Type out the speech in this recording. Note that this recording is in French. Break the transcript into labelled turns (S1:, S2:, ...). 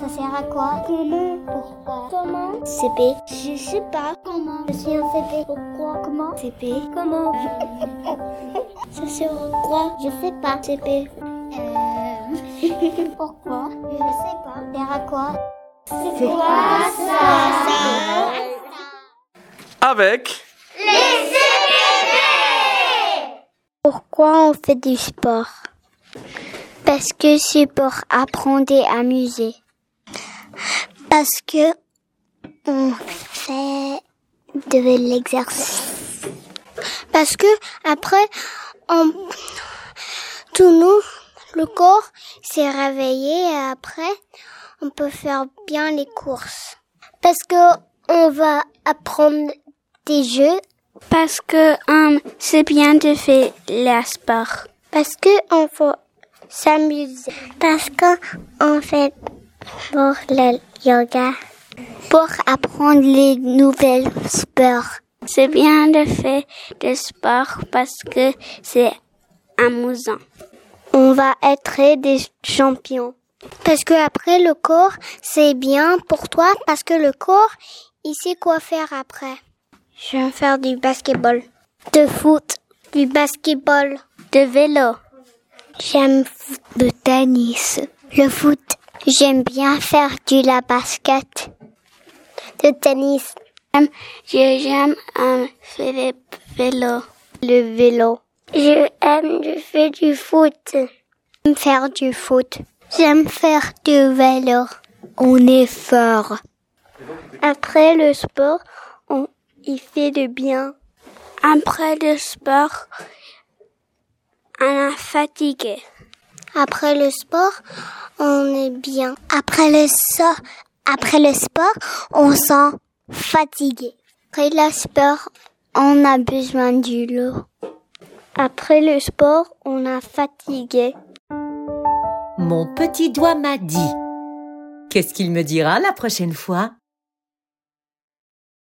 S1: Ça sert à quoi Comment Pourquoi Comment CP Je sais pas. Comment Je suis un CP. Pourquoi Comment CP Comment Ça sert à quoi Je sais pas. CP. Euh... Pourquoi Je sais pas. Ça sert à quoi C'est quoi ça
S2: Avec
S1: Pourquoi on fait du sport Parce que c'est pour apprendre et amuser. Parce que on fait de l'exercice. Parce que après, on, tout nous, le corps s'est réveillé et après, on peut faire bien les courses. Parce que on va apprendre des jeux parce que hum, c'est bien de faire le sport. Parce que on faut s'amuser. Parce que on fait pour le yoga. Pour apprendre les nouvelles sports. C'est bien de faire des sports parce que c'est amusant. On va être des champions. Parce que après le corps, c'est bien pour toi parce que le corps, il sait quoi faire après. Je vais faire du basketball. De foot. Du basketball. De vélo. J'aime f- le tennis. Le foot. J'aime bien faire du la basket. De tennis. J'aime, je- j'aime euh, faire le vélo. Le vélo. Je aime faire du foot. J'aime faire du foot. J'aime faire du vélo. On est fort. Après le sport, on y fait de bien. Après le sport, on est fatigué. Après le sport, on est bien. Après le sport, après le sport, on sent fatigué. Après le sport, on a besoin du lot. Après le sport, on a fatigué.
S3: Mon petit doigt m'a dit. Qu'est-ce qu'il me dira la prochaine fois